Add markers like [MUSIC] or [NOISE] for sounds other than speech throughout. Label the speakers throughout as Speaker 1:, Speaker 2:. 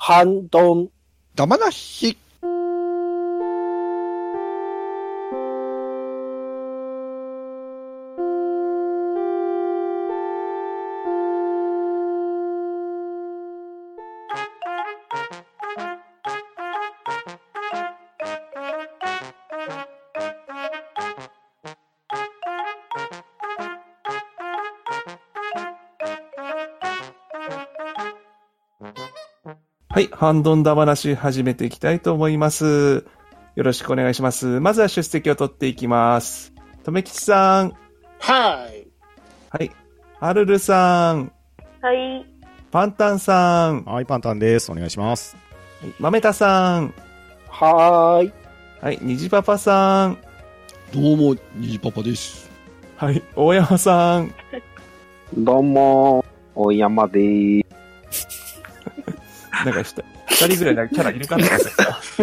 Speaker 1: 半ドン。
Speaker 2: ダマなし。
Speaker 3: はい、ハンドンダ話始めていきたいと思います。よろしくお願いします。まずは出席を取っていきます。とめきちさん、
Speaker 1: はい。
Speaker 3: はい、はるるさん、
Speaker 4: はい。
Speaker 3: パンタンさん、
Speaker 5: はい、パンタンです。お願いします。
Speaker 3: はいまめたさん、
Speaker 1: はーい。
Speaker 3: はい、にじパパさん、
Speaker 2: どうも、にじパパです。
Speaker 3: はい、大山さん、
Speaker 6: どうも、大山でーす。
Speaker 3: [LAUGHS] なんか人、二人ぐらいなんかキャラ入れ替わってます
Speaker 6: [LAUGHS]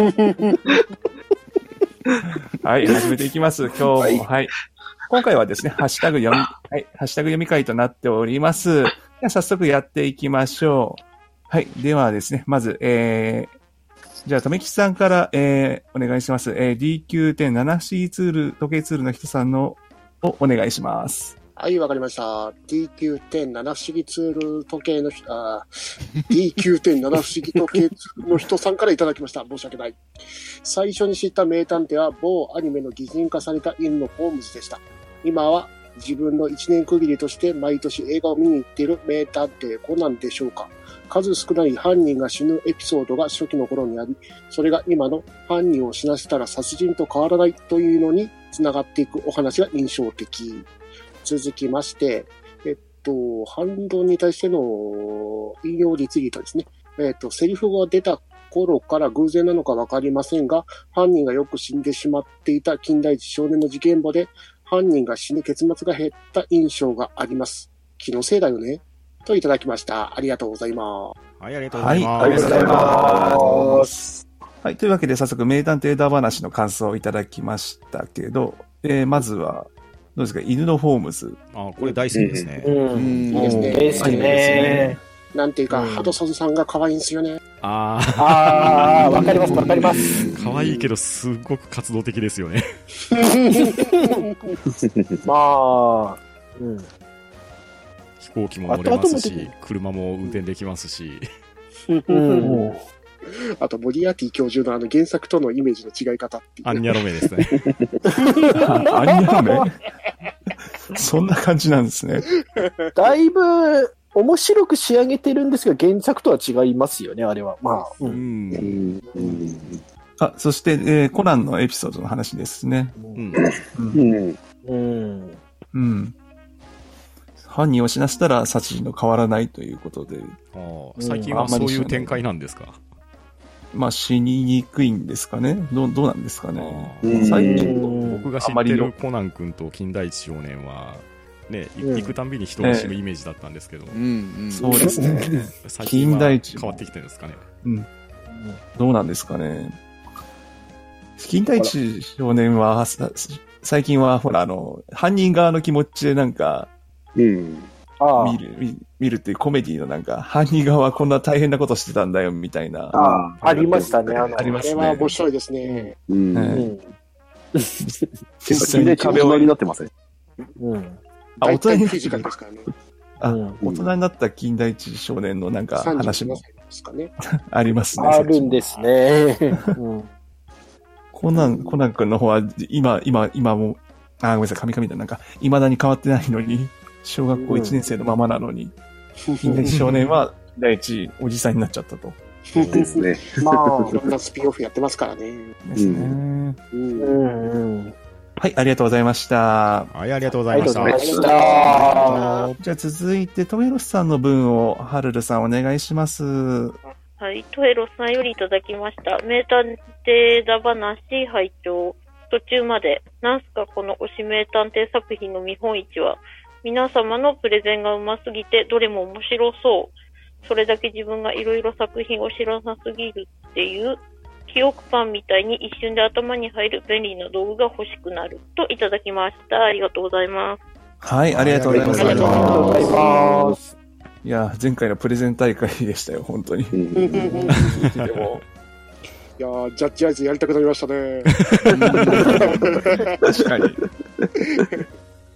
Speaker 3: はい、始めていきます。今日も、はい。今回はですね、ハッシュタグ読み、はい、ハッシュタグ読み会となっております。では早速やっていきましょう。はい、ではですね、まず、えー、じゃあ、とめきちさんから、えー、お願いします。えー、DQ.7C ツール、時計ツールの人さんの、をお願いします。
Speaker 1: はい、わかりました。DQ.7 不思議ツール時計の人、あー DQ.7 不思議時計ツールの人さんからいただきました。申し訳ない。最初に知った名探偵は某アニメの擬人化された犬のホームズでした。今は自分の一年区切りとして毎年映画を見に行っている名探偵コナンでしょうか。数少ない犯人が死ぬエピソードが初期の頃にあり、それが今の犯人を死なせたら殺人と変わらないというのに繋がっていくお話が印象的。続きまして、えっと、反論に対しての引用リツイートですね。えっと、セリフが出た頃から偶然なのかわかりませんが、犯人がよく死んでしまっていた近代一少年の事件簿で、犯人が死ぬ結末が減った印象があります。気のせいだよね。といただきました。ありがとうございます。
Speaker 5: はい、ありがとうご
Speaker 3: は
Speaker 5: ざい
Speaker 3: い、
Speaker 5: ます。
Speaker 3: す。はい、というわけで早速、名探偵ダー話の感想をいただきましたけど、えーまずは、どうですか、犬のホームズ。
Speaker 5: あ、これ大好きですね。
Speaker 2: ん
Speaker 1: いいですね
Speaker 2: うん
Speaker 1: 大好き
Speaker 2: ね。
Speaker 1: なんていうか、
Speaker 2: うん
Speaker 1: ハドソンさんが可愛いんすよね。
Speaker 5: ああ、
Speaker 2: あ
Speaker 4: あ
Speaker 2: ーわかりますわかります
Speaker 5: 可愛いけど、すっごく活動的ですよ [LAUGHS] ね。
Speaker 4: まあ、うん。
Speaker 5: 飛行機も乗れますし、車も運転できますし。
Speaker 4: うん。
Speaker 1: [LAUGHS] あと、モリアーティ教授のあの原作とのイメージの違い方っていう。
Speaker 5: アンニャロメですね。
Speaker 3: あ [LAUGHS] アニメそんな感じなんですね。
Speaker 4: だいぶ面白く仕上げてるんですが、原作とは違いますよね、あれは。まあ、う。
Speaker 5: うん。
Speaker 6: うんん
Speaker 3: あ、そして、えーコナンのエピソードの話ですね。
Speaker 5: うん。
Speaker 6: うん
Speaker 4: うん。
Speaker 3: うん。犯人を死なせたら殺人と変わらないということで、
Speaker 5: あー最近はそういう展開なんですか。
Speaker 3: まあ死ににくいんですかね。どう、どうなんですか
Speaker 5: あ
Speaker 3: ね。
Speaker 5: ー
Speaker 6: うん
Speaker 3: 最近
Speaker 5: 僕が知ってるコナン君と金田一少年は、ね、い
Speaker 4: うん
Speaker 5: 行くたんびに人が死ぬイメージだったんですけど、
Speaker 2: うん。
Speaker 3: そうですね。
Speaker 5: 最近は
Speaker 3: 金田一
Speaker 5: 変わってきてるんですかね。
Speaker 3: どうなんですかね。金田一少年は、さ最近は、ほら、あの、犯人側の気持ちでなんか、
Speaker 6: うん。
Speaker 4: ああ
Speaker 3: 見、る、見見るっていうコメディのなんか、犯人側はこんな大変なことしてたんだよ、みたいな。
Speaker 4: ああ、ありましたね、あの。
Speaker 3: ありま
Speaker 1: あ
Speaker 3: す
Speaker 1: れ
Speaker 3: ね
Speaker 1: は面白いですね。
Speaker 6: う。
Speaker 4: うんん。
Speaker 3: 実
Speaker 6: それ
Speaker 3: 際
Speaker 6: で
Speaker 3: に
Speaker 6: 壁
Speaker 3: 壁
Speaker 6: を
Speaker 3: を、
Speaker 6: になってません。
Speaker 4: うん。
Speaker 3: あ大
Speaker 1: 大体
Speaker 3: 人に
Speaker 1: フィジカルですからね。
Speaker 3: あ
Speaker 4: うん
Speaker 3: 大人になった金田一少年のなんか
Speaker 1: 37
Speaker 3: 話
Speaker 1: 歳
Speaker 3: も
Speaker 1: ですかね。
Speaker 3: ありますね。
Speaker 4: あるんですね。うん。
Speaker 3: コナン、コナン君の方は、今、今、今も、あ、ごめんなさい、神々だ。なんか、未だに変わってないのに、小学校1年生のままなのに、金田一少年は、金田一おじさんになっちゃったと。
Speaker 6: ですね。
Speaker 4: まあ
Speaker 1: い、ろんなスピンオフやってますからね。
Speaker 3: ですね。
Speaker 6: う
Speaker 1: うん。
Speaker 4: うんうん。
Speaker 3: はい、ありがとうございました。
Speaker 5: はい、ありがとうご
Speaker 4: あ
Speaker 5: ざい
Speaker 4: り
Speaker 5: ま
Speaker 4: が
Speaker 5: し
Speaker 4: とうご
Speaker 5: た
Speaker 4: ざい。ました。
Speaker 3: あーじゃあ続いて、トメロスさんの分を、ハルルさんお願いします。
Speaker 7: はい、トエロさんよりいただきました。名探偵だ話、拝聴途中まで。なんすか、この推し名探偵作品の見本市は。皆様のプレゼンがうますぎて、どれも面白そう。それだけ自分がいろいろ作品を知らなすぎるっていう、記憶パンみたいに一瞬で頭に入る便利な道具が欲しくなる。といただきました。ありがとうございます。
Speaker 3: はい、ありがとうございます。
Speaker 4: ありがとうございます。
Speaker 3: いや、前回のプレゼン大会でしたよ、本当に。
Speaker 1: うんうんうんい
Speaker 3: でも、
Speaker 1: やージャッジアイズやりたくなりましたね。
Speaker 3: 確かに。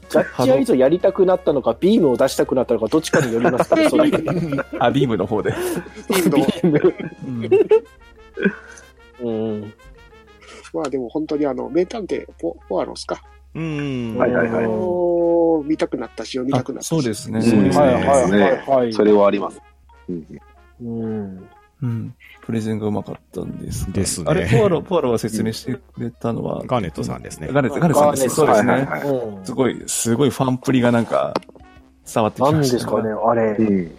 Speaker 4: ジャッジアイズをやりたくなったのか、ビームを出したくなったのか、どっちかによりますから、それ。ビ
Speaker 3: あ、ビームの方で。
Speaker 1: いいの
Speaker 4: ーム。
Speaker 3: うん
Speaker 4: うん。
Speaker 1: まあでも本当にあの、名探偵ポポアロスか。
Speaker 5: うん。
Speaker 6: はいはいはい
Speaker 1: おー見たくなったし、読みた
Speaker 3: あ
Speaker 1: くなったし。
Speaker 3: そうですね。
Speaker 6: そうですね
Speaker 4: はいはいはいはい。
Speaker 6: それはあります。うん
Speaker 4: うん。
Speaker 3: うん。プレゼンがうまかったんですが。
Speaker 5: ですね
Speaker 3: あれ、ポアロ、ポアロが説明してくれたのは、
Speaker 5: ガーネットさんですね。
Speaker 3: ガネット、ガネットさんですね。そうです
Speaker 6: はい
Speaker 3: ね。
Speaker 6: はいはい
Speaker 4: うん
Speaker 3: すごい、すごいファンプリがなんか、伝わってきました
Speaker 4: 何ですかね、あれ
Speaker 6: う。ん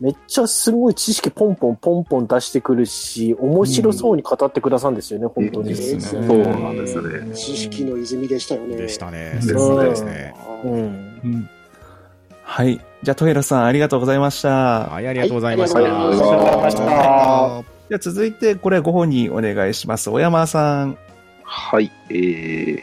Speaker 4: めっちゃすごい知識ポンポンポンポン出してくるし、面白そうに語ってくださるんですよね、本当
Speaker 3: で
Speaker 4: に。
Speaker 3: すね。
Speaker 6: そうなんですね。
Speaker 1: 知識の泉でしたよね。
Speaker 5: でしたね。
Speaker 3: ですね
Speaker 5: そうですね。
Speaker 1: あー
Speaker 4: うん。
Speaker 3: うんはい。じゃあ、トヘラさん、ありがとうございました。
Speaker 5: はい、ありがとうございました。
Speaker 1: はいありがとうございました
Speaker 2: あ
Speaker 3: じゃあ、続いて、これ、ご本人お願いします。小山さん。
Speaker 6: はい、えー、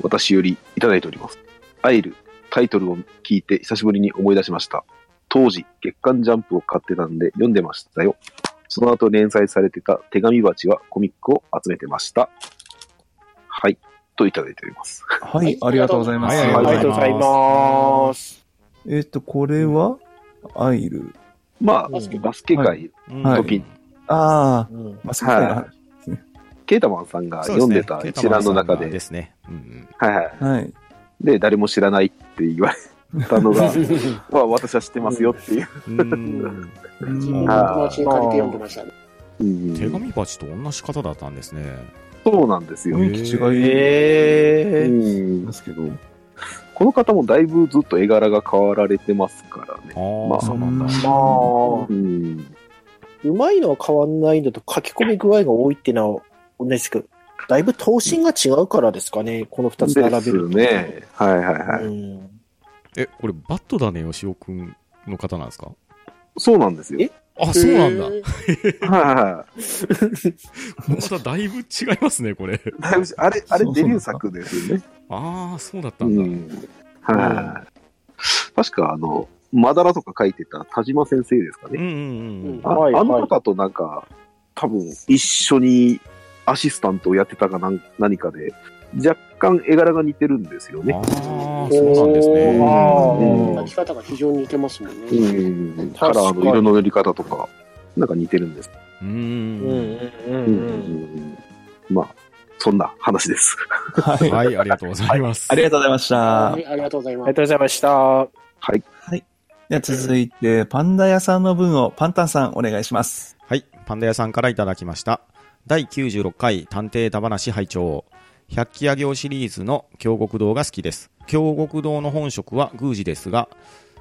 Speaker 6: 私よりいただいております。アイル、タイトルを聞いて久しぶりに思い出しました。当時、月刊ジャンプを買ってたんで読んでましたよ。その後連載されてた手紙鉢はコミックを集めてました。はい、といただいております。
Speaker 3: は
Speaker 1: はいい、
Speaker 3: ありがとうございます。
Speaker 5: はい
Speaker 4: ありがとうございます。
Speaker 3: えっと、これは、アイル。
Speaker 6: まあ、
Speaker 4: バ
Speaker 6: バ
Speaker 4: ス
Speaker 6: ス
Speaker 4: ケ
Speaker 6: ケ
Speaker 4: 界
Speaker 6: 界、
Speaker 5: うん
Speaker 3: はい
Speaker 6: 時に
Speaker 3: ああ、
Speaker 4: うん
Speaker 3: まあ、そうだ
Speaker 6: はケータマンさんが読んでた一覧の中で、
Speaker 5: ですね。うん
Speaker 6: はいはい。
Speaker 3: な。はい。
Speaker 6: で、誰も知らないって言われたの
Speaker 4: [LAUGHS]
Speaker 6: が、まあ、私は知ってますよっていう。
Speaker 5: うん。
Speaker 1: 自分の友達に借りて読んでましたね。
Speaker 6: うん
Speaker 5: 手紙鉢と同じ方だったんですね。
Speaker 6: そうなんですよ。
Speaker 3: 雰囲気違い
Speaker 6: う
Speaker 4: え
Speaker 6: ん
Speaker 3: ますけど。
Speaker 6: この方もだいぶずっと絵柄が変わられてますからね。
Speaker 5: あ
Speaker 6: ま
Speaker 5: あ、
Speaker 6: あ
Speaker 5: そうなんだ。
Speaker 4: まあ、
Speaker 6: うん。
Speaker 4: うまいのは変わんないんだと、書き込み具合が多いってのは同じですけど、だいぶ頭身が違うからですかね、この二つ並
Speaker 6: で
Speaker 4: べ
Speaker 6: す
Speaker 4: ると。
Speaker 6: ね。はいはいはい。
Speaker 4: うん。
Speaker 5: え、これ、バットだね、よしおくんの方なんですか
Speaker 6: そうなんですよ
Speaker 4: え。
Speaker 5: あ、そうなんだ。
Speaker 1: へー
Speaker 6: はいはいはい。
Speaker 5: この方、だいぶ違いますね、これ。
Speaker 6: だいぶ
Speaker 4: [LAUGHS]
Speaker 6: あれ、あ
Speaker 3: そう
Speaker 6: れ
Speaker 3: そうなんだ
Speaker 6: デビュー作ですよね。
Speaker 5: ああ、そうだった
Speaker 6: うん
Speaker 5: だ。
Speaker 6: ん。はいはいはい。確か、あの、まだらとか書いてた田島先生ですか
Speaker 5: うんう
Speaker 6: ね。
Speaker 5: んうん。
Speaker 6: あ
Speaker 4: はいはい
Speaker 6: あの方となんか、多分一緒にアシスタントをやってたかなん何かで、若干絵柄が似てるんですよ
Speaker 5: あ
Speaker 6: ね。
Speaker 5: あ、そうなんです
Speaker 4: お
Speaker 5: ね。
Speaker 4: ー
Speaker 1: 書き方が非常に似てますもん
Speaker 6: う
Speaker 1: ね。
Speaker 6: ん。
Speaker 4: 確
Speaker 6: カ
Speaker 4: かに
Speaker 6: ラーの色の塗り方とか、なんか似てるんです。
Speaker 5: う。
Speaker 4: うんうんんうんうん。
Speaker 6: まあ、そんな話です。
Speaker 3: はい。
Speaker 5: はい、ありがとうございます。
Speaker 3: ありがとうございました
Speaker 1: は。い、ありがとうござい
Speaker 4: あ
Speaker 1: ま
Speaker 4: りが
Speaker 1: す。
Speaker 4: とうございました。
Speaker 3: じゃあ続いて、パンダ屋さんの分をパンタンさんお願いします。
Speaker 5: はい、パンダ屋さんからいただきました。第96回探偵た話拝聴百鬼夜行シリーズの京極堂が好きです。京極堂の本職は宮司ですが、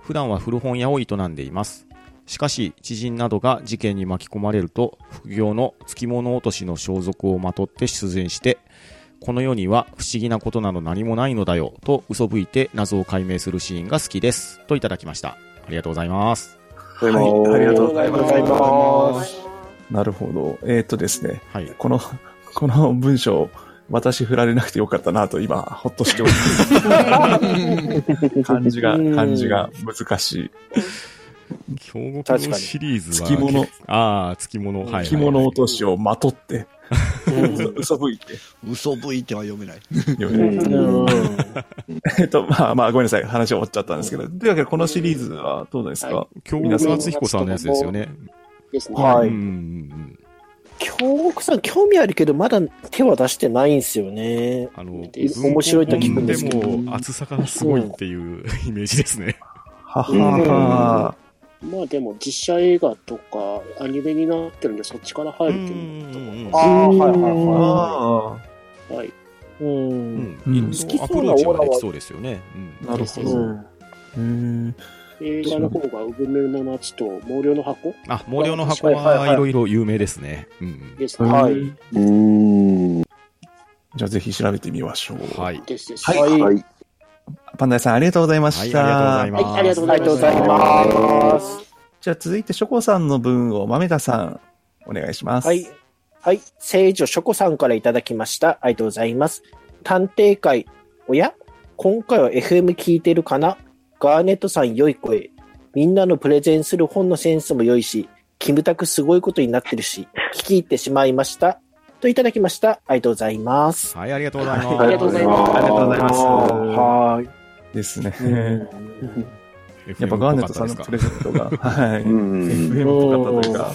Speaker 5: 普段は古本屋を営んでいます。しかし、知人などが事件に巻き込まれると、副業の付き物落としの装束をまとって出陣して、この世には不思議なことなど何もないのだよ、と嘘吹いて謎を解明するシーンが好きです。といただきました。ありがとうございます。
Speaker 3: はい、ありがとうご
Speaker 4: あ
Speaker 3: ざい
Speaker 4: りがとう
Speaker 3: ま。
Speaker 4: ございます
Speaker 3: なるほど。えーっとですね、
Speaker 5: はい。
Speaker 3: この、この文章、私振られなくてよかったなと今、ほっとしており
Speaker 4: [LAUGHS]
Speaker 3: ます。漢字が、漢字が難しい。
Speaker 5: 京極堂シリーズは。
Speaker 3: 確かに付き
Speaker 5: ああ、付き物。はい、はい。
Speaker 3: 着物落としをまとって、
Speaker 4: す。
Speaker 3: 嘘吹いて
Speaker 2: 嘘吹いては読めない。
Speaker 3: 読
Speaker 6: う
Speaker 3: める。
Speaker 6: ん
Speaker 3: [LAUGHS] えーっと、まあまあ、ごめんなさい。話終わっちゃったんですけど。というわけで、このシリーズはどうですか
Speaker 1: は
Speaker 5: 京極夏彦さんのやつですよね。
Speaker 1: ですね。
Speaker 4: は
Speaker 5: う
Speaker 4: い
Speaker 5: んうん
Speaker 4: 京極さん、興味あるけど、まだ手は出してないんですよね。
Speaker 5: うん。あの、
Speaker 4: 面白いと聞くんですけど
Speaker 5: 文庫本でも厚さがすごいっていうイメージですね。
Speaker 3: はは
Speaker 1: まあでも実写映画とかアニメになってるんでそっちから入るっていうのと思います。
Speaker 4: ああ、はいはい
Speaker 3: は
Speaker 4: は
Speaker 3: ああ。
Speaker 1: はい。
Speaker 4: い。うん。
Speaker 5: うん
Speaker 3: うん
Speaker 5: いろいろアプローチはできそうですよね。うん
Speaker 3: なるほど。
Speaker 4: うん
Speaker 3: へー
Speaker 1: 映画の方が産めの夏と毛量の箱
Speaker 5: あ、毛量の箱はいろいろ有名ですね。うん
Speaker 1: ですね。
Speaker 4: はい。
Speaker 6: うん。
Speaker 3: じゃあぜひ調べてみましょう。
Speaker 5: うん。はい。
Speaker 1: ですです。
Speaker 4: はい
Speaker 6: はい。
Speaker 3: パンダイさんありがとうございま
Speaker 5: はい、あ
Speaker 3: し
Speaker 5: り
Speaker 3: た。
Speaker 5: がとうござい
Speaker 1: はい
Speaker 5: ます。
Speaker 1: ありがとう
Speaker 4: ありがとう
Speaker 1: ご
Speaker 4: ござ
Speaker 1: ざ
Speaker 4: い
Speaker 1: い
Speaker 4: ま
Speaker 1: ますす。
Speaker 3: じゃあ続いて、ショコさんの分を豆田さん、お願いします。
Speaker 4: はい。。はい。聖女ショコさんからいただきました。ありがとうございます。探偵会。おや今回は FM 聞いてるかなガーネットさん良い声。みんなのプレゼンする本のセンスも良いし、キムタクすごいことになってるし、聞き入ってしまいました。といただきました。ありがとうございます。
Speaker 5: はい、ありがとうございます。
Speaker 6: ありがとうございます
Speaker 3: ありがとうございます
Speaker 1: はーい。
Speaker 3: ですね。[LAUGHS]
Speaker 5: す
Speaker 3: やっぱガーネットさんのプレゼントが、はい。FM っぽかったというか、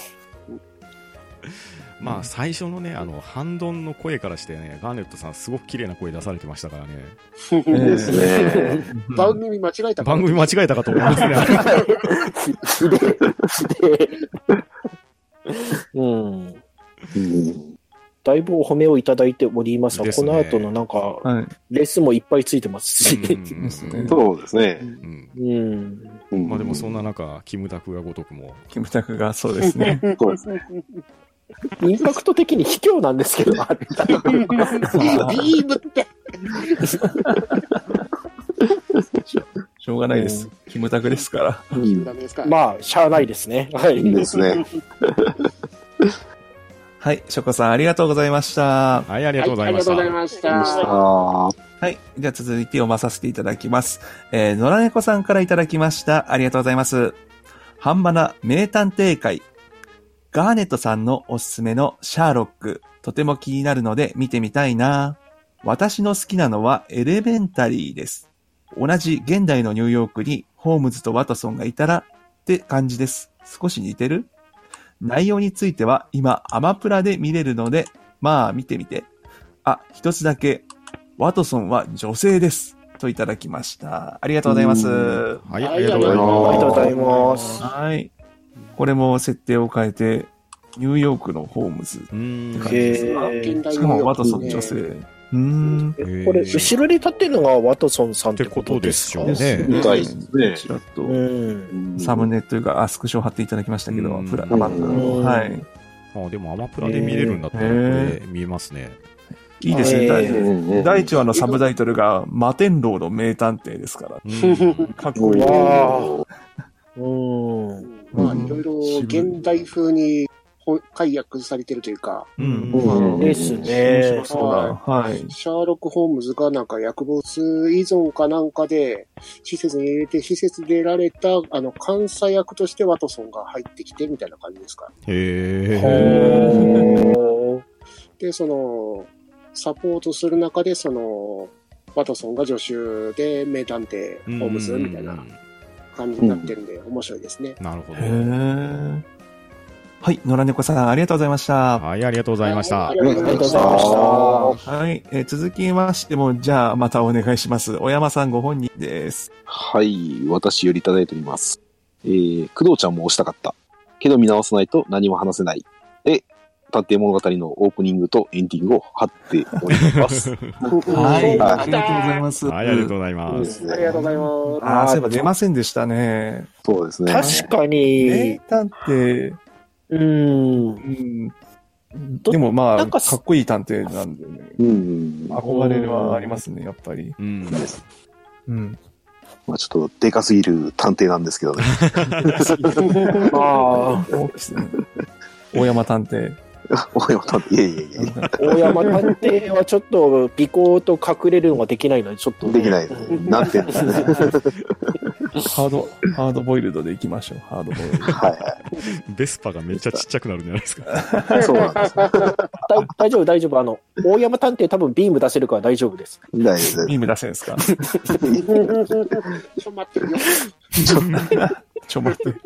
Speaker 5: まあ、最初のね、あの、ハンドンの声からしてね、ガーネットさん、すごく綺麗な声出されてましたからね。
Speaker 6: ですね。
Speaker 1: [LAUGHS] 番組間違えたか
Speaker 5: 番組間違えたかと思いますね。
Speaker 4: ひでえ、ひでえ。うん。
Speaker 6: うん
Speaker 4: だいぶお褒めをいただいておりますが、
Speaker 5: です
Speaker 4: こ
Speaker 5: ね
Speaker 4: の後のなんか、
Speaker 3: はい。
Speaker 4: レッスンもいっぱいついてますし。
Speaker 5: うん
Speaker 6: そうですね。
Speaker 5: うん
Speaker 4: うん。
Speaker 5: まあでもそん
Speaker 6: な。
Speaker 5: な中、キムタクがごとくも、
Speaker 3: キムタクがそうですね。
Speaker 6: そうですね。
Speaker 4: インパクト的に卑怯なんですけど、あれ
Speaker 1: ら。ビームって。
Speaker 3: [LAUGHS] しょうがないです。キムタクですから。
Speaker 1: ダメですか。
Speaker 4: まあ、しゃあないですね。はい。
Speaker 6: いいですね。
Speaker 3: はい。ショコさん、ありがとうございました。
Speaker 5: はい、ありが
Speaker 1: はい
Speaker 5: とうございました。
Speaker 1: ありがとうございまし。
Speaker 7: ありがとうございました
Speaker 6: あ
Speaker 3: はい。じゃあ続いて読まさせていただきます。えー、野良猫さんからいただきました。ありがとうございます。半ばな名探偵会。ガーネットさんのおすすめのシャーロック。とても気になるので見てみたいな。私の好きなのはエレメンタリーです。同じ現代のニューヨークにホームズとワトソンがいたらって感じです。少し似てる内容については今アマプラで見れるので、まあ見てみて。あ、一つだけワトソンは女性です。といただきました。ありがとうございます。
Speaker 6: う
Speaker 5: はい、ありがとうござ
Speaker 1: あ
Speaker 5: いま
Speaker 4: りが
Speaker 5: す
Speaker 4: とうございます。
Speaker 3: はい。これも設定を変えて、ニューヨークのホームズ。。
Speaker 5: うーん
Speaker 3: は。い
Speaker 4: へ
Speaker 1: 現
Speaker 4: ー
Speaker 1: 代
Speaker 3: し
Speaker 1: ニ
Speaker 3: か
Speaker 1: ューヨークね
Speaker 3: もワトソン女性。うーん。
Speaker 5: へー
Speaker 4: これ、後ろに立ってるのがワトソンさんってことですか
Speaker 5: ってことでしょね
Speaker 6: みたいですね
Speaker 3: ちらっ
Speaker 4: う
Speaker 3: と、
Speaker 4: ん。
Speaker 6: ー
Speaker 3: サムネというか、あ、スクショを貼っていただきましたけど
Speaker 5: う、ん
Speaker 3: プラ、アマプラの。
Speaker 4: うん
Speaker 3: はい。
Speaker 5: あでもアマプラで見れるんだったら、
Speaker 3: へ
Speaker 5: こ
Speaker 3: ー
Speaker 5: れ見えますね。
Speaker 3: いいですね。
Speaker 4: え
Speaker 3: 第
Speaker 4: ー
Speaker 3: 第一話のサブタイトルが、摩天楼の名探偵ですから。
Speaker 5: うん
Speaker 3: かっこいい。
Speaker 4: わうん。
Speaker 1: まあ、いろいろ現代風にほ解約されてるというか、
Speaker 3: うん
Speaker 5: うん
Speaker 4: ですね。
Speaker 3: そうだ。はい。
Speaker 1: シャーロック・ホームズがなんか薬物依存かなんかで、施設に入れて、施設で得られた、あの、監査役としてワトソンが入ってきてみたいな感じですか。
Speaker 5: へ
Speaker 1: で、その、サポートする中で、その、ワトソンが助手で名探偵、
Speaker 5: ー
Speaker 1: ホームズみたいな感じになってるんで、面白いですね。
Speaker 5: なるほ
Speaker 3: へ
Speaker 5: ど。
Speaker 3: ーはい、野良猫さん、ありがとうございました。
Speaker 5: はい、ありがとうございました
Speaker 1: あり。がとうござい
Speaker 4: あり
Speaker 1: まし
Speaker 4: がとうございました
Speaker 1: た。
Speaker 3: はい、えー続きましても、じゃあ、またお願いします。小山さんご本人です。
Speaker 6: はい、私よりいただいております。えー、工藤ちゃんも押したかった。けど見直さないと何も話せない。で、探偵物語のオープニングとエンディングを貼っております。
Speaker 5: [LAUGHS]
Speaker 3: はい、
Speaker 6: はい
Speaker 3: ありがとうございます。
Speaker 5: はい、ありがとう
Speaker 3: う
Speaker 5: ございます。
Speaker 1: ありがとうございます。
Speaker 3: あーそういえば出ませんでしたね。
Speaker 6: そうですね。
Speaker 4: 確か
Speaker 3: 名
Speaker 4: に、
Speaker 3: 探偵、
Speaker 4: うん。
Speaker 3: うん。
Speaker 4: ど
Speaker 3: でもま
Speaker 4: な
Speaker 3: あ、
Speaker 4: ん
Speaker 3: か
Speaker 4: か
Speaker 3: っこいい探偵なんでね。
Speaker 6: うん。ま
Speaker 3: 憧れはありますね、やっぱり。
Speaker 5: うん。
Speaker 3: うん。
Speaker 6: あちょっとでかすぎる探偵なんですけどね。 [LAUGHS]
Speaker 4: ああ、
Speaker 3: 大きいですね。大山探偵。
Speaker 6: おや探偵、いえいえい
Speaker 4: 大山探偵はちょっと、尾行と隠れるのができないので、ちょっと
Speaker 6: え。
Speaker 4: ね。
Speaker 6: できないですね。なんて言うんですかね。
Speaker 3: ハード、ハードボイルドでいきましょう、ハードボイルド。
Speaker 6: は
Speaker 5: ベスパがめっちゃちっちゃくなるんじゃないですか。
Speaker 6: いはい。そうなんです。
Speaker 4: だい大丈夫、大丈夫。あの、大山探偵多分ビーム出せるから大丈夫です。
Speaker 6: みたいですね。
Speaker 3: ビーム出せんですか
Speaker 4: [LAUGHS]
Speaker 1: ちょ待ってよ。
Speaker 3: ちょ待って。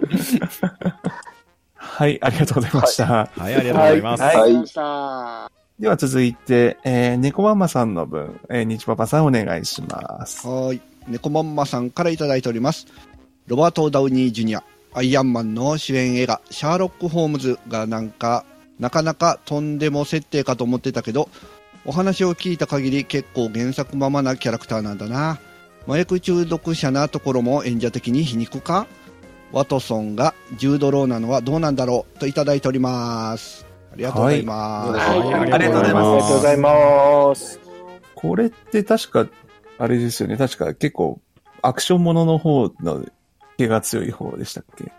Speaker 3: はい、ありがとうございました。
Speaker 5: はい、ありがとうございます。
Speaker 3: はい
Speaker 1: あ
Speaker 6: は
Speaker 1: りがとうござい
Speaker 6: い
Speaker 1: ま。した。
Speaker 3: では続いて、えー、猫ママさんの分、えー、日パパさんお願いします。
Speaker 2: はーい。猫まんまさんからいただいております。ロバート・ダウニー・ジュニア、アイアンマンの主演映画、シャーロック・ホームズがなんか、なかなかとんでも設定かと思ってたけど、お話を聞いた限り結構原作ままなキャラクターなんだな。麻薬中毒者なところも演者的に皮肉かワトソンが重ドローなのはどうなんだろうといただいております。ありがとうございます。
Speaker 5: はい
Speaker 1: あ
Speaker 3: りがとうございます
Speaker 4: ありがとうございます。
Speaker 3: これって確か、あれですよね。確か結構、アクションものの方の毛が強い方でしたっけ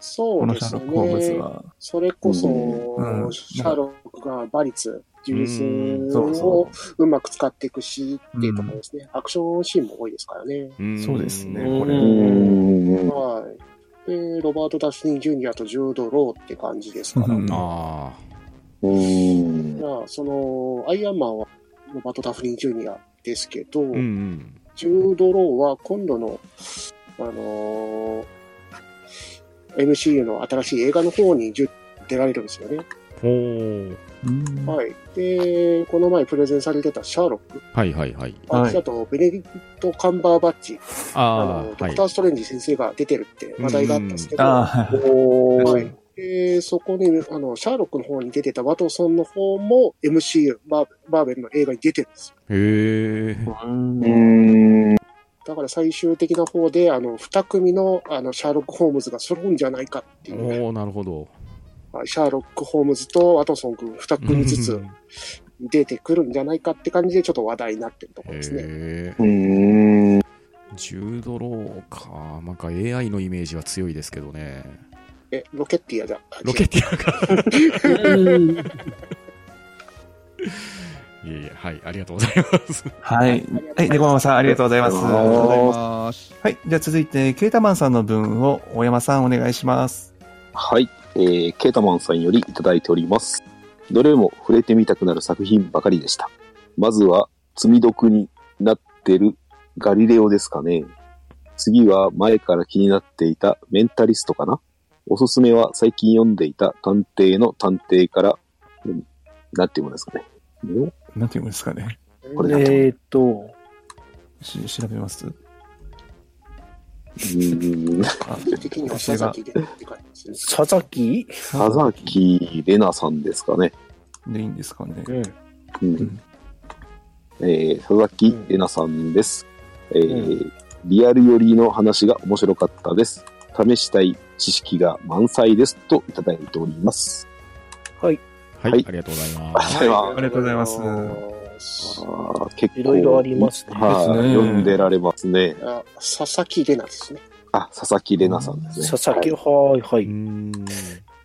Speaker 1: そ
Speaker 3: こ
Speaker 1: う
Speaker 3: の
Speaker 1: で
Speaker 3: シャ
Speaker 1: す
Speaker 3: ーロック・ホームズ
Speaker 1: ね。
Speaker 3: は。
Speaker 1: それこそ、
Speaker 3: んうん
Speaker 1: シャーロックが馬率、
Speaker 5: うん
Speaker 1: 重心
Speaker 3: そう
Speaker 1: を
Speaker 3: そう
Speaker 1: まく使っていくしっていうところですね。アクションシーンも多いですからね。
Speaker 5: うん
Speaker 3: そうですね、
Speaker 5: うん
Speaker 3: これ。
Speaker 4: うん
Speaker 6: うん
Speaker 1: はい。で、ロバート・ダスティン・ジュニアとジュード・ローって感じですから。
Speaker 3: うん
Speaker 5: あ
Speaker 6: うーん。
Speaker 1: まあ、その、アイアンマンはロバート・ダフリン・ジュニアですけど、
Speaker 5: あ。うんうん。
Speaker 1: ジュード・ローは今度の、あのー MCU の新しい映画の方に出出られるんですよね。
Speaker 5: ほう。
Speaker 3: うん
Speaker 1: はい。で、この前プレゼンされてたシャーロック、
Speaker 5: はいはいはい。
Speaker 1: あ
Speaker 3: はい
Speaker 1: あとベネディクト・カンバーバッチ、あ
Speaker 5: あ
Speaker 1: の、
Speaker 5: あ、
Speaker 1: ド
Speaker 5: は
Speaker 1: ク
Speaker 5: い
Speaker 1: タ。ー・ストレンジ先生が出てるって話題があったんですけど、
Speaker 3: あ
Speaker 5: お
Speaker 1: はい。で、そこに、あの、シャーロックの方に出てたワトソンの方も MCU、バーバーベルの映画に出てるんですよ。
Speaker 5: へえ。
Speaker 3: あ。うん
Speaker 6: うーん。
Speaker 1: だから最終的な方で、あの、二組の、あの、シャーロック・ホームズが揃うんじゃないかっていうね、
Speaker 5: おおなるほど。
Speaker 1: はいシャーロック・ホームズとワトソン君二組ずつ出てくるんじゃないかって感じで、ちょっと話題になってるところですね。
Speaker 5: へえ。
Speaker 6: うーん。
Speaker 5: ジュードローか。なんか AI のイメージは強いですけどね。
Speaker 1: え、ロケッティアじゃ、
Speaker 5: ロケティアか。
Speaker 4: うん
Speaker 5: いえいえ、はい。ありがとうございます。
Speaker 3: はい。はい。で、ごままさん、ありがとうございます。
Speaker 6: あり
Speaker 2: ありがとうござい
Speaker 3: は
Speaker 2: ます。
Speaker 3: い。じゃあ続いて、ケータマンさんの分を、大山さん、お願いします。
Speaker 6: はい、えー、ケータマンさんよりいただいております。どれも触れてみたくなる作品ばかりでした。まずは、積み毒になってるガリレオですかね。次は前から気になっていたメンタリストかな。おすすめは最近読んでいた探偵の探偵から、うんなんて読むんですかね。ん
Speaker 3: なんていうんですかね。
Speaker 6: これだと。
Speaker 4: えーっと、
Speaker 3: し調べます
Speaker 6: うーん、
Speaker 3: あ
Speaker 1: 基本的には佐々木でって感じですね。
Speaker 4: 佐々木
Speaker 6: 佐々木玲奈さんですかね。
Speaker 3: でいいんですかね。
Speaker 4: うん。
Speaker 6: うんえー、佐々木玲奈さんです、えーリアル寄りの話が面白かったです。試したい知識が満載ですといただいております。
Speaker 5: はい、
Speaker 6: はい
Speaker 5: ありがとうございます。
Speaker 6: はい
Speaker 3: ありがとうございます
Speaker 1: ます
Speaker 6: あー結構
Speaker 4: いろいろありますね
Speaker 6: はい、
Speaker 3: ですね
Speaker 6: 読んでられますね。
Speaker 1: あ佐々木玲奈ですね。
Speaker 6: あ、佐々木玲奈さんですね。
Speaker 4: 佐々木、
Speaker 6: は
Speaker 4: はい、は
Speaker 5: うー
Speaker 4: い。
Speaker 5: ん。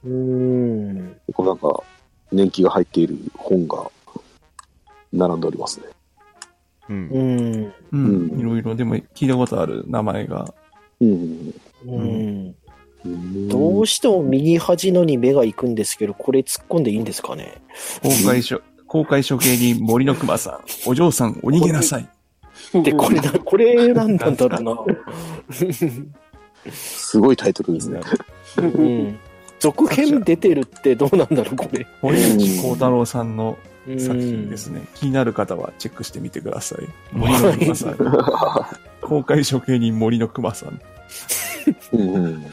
Speaker 4: うーん。
Speaker 6: い、こうなんか、年季が入っている本が並んでおりますね。
Speaker 5: う。
Speaker 4: うんん。
Speaker 3: うん。
Speaker 6: うん
Speaker 3: いろいろ、でも、聞いたことある名前が。
Speaker 6: うん
Speaker 4: うん。
Speaker 6: うん。
Speaker 4: どう
Speaker 6: し
Speaker 4: しても右端のに目が行くんですけど、これ突っ込んでいいんですかね
Speaker 3: 公開処、公開処刑に森の熊さん。お嬢さん、お逃げなさい。
Speaker 4: で、これだ、これなんなんだろうな。
Speaker 6: すごいタイトルですね。
Speaker 4: うん。 [LAUGHS] 続編出てるってどうなんだろう、これ。
Speaker 3: 堀内幸太郎さんの
Speaker 4: うん
Speaker 3: 作品ですね。気になる方はチェックしてみてください。森の熊
Speaker 1: [LAUGHS]
Speaker 3: さん。公開処刑人森の熊さん。
Speaker 6: うん
Speaker 4: うん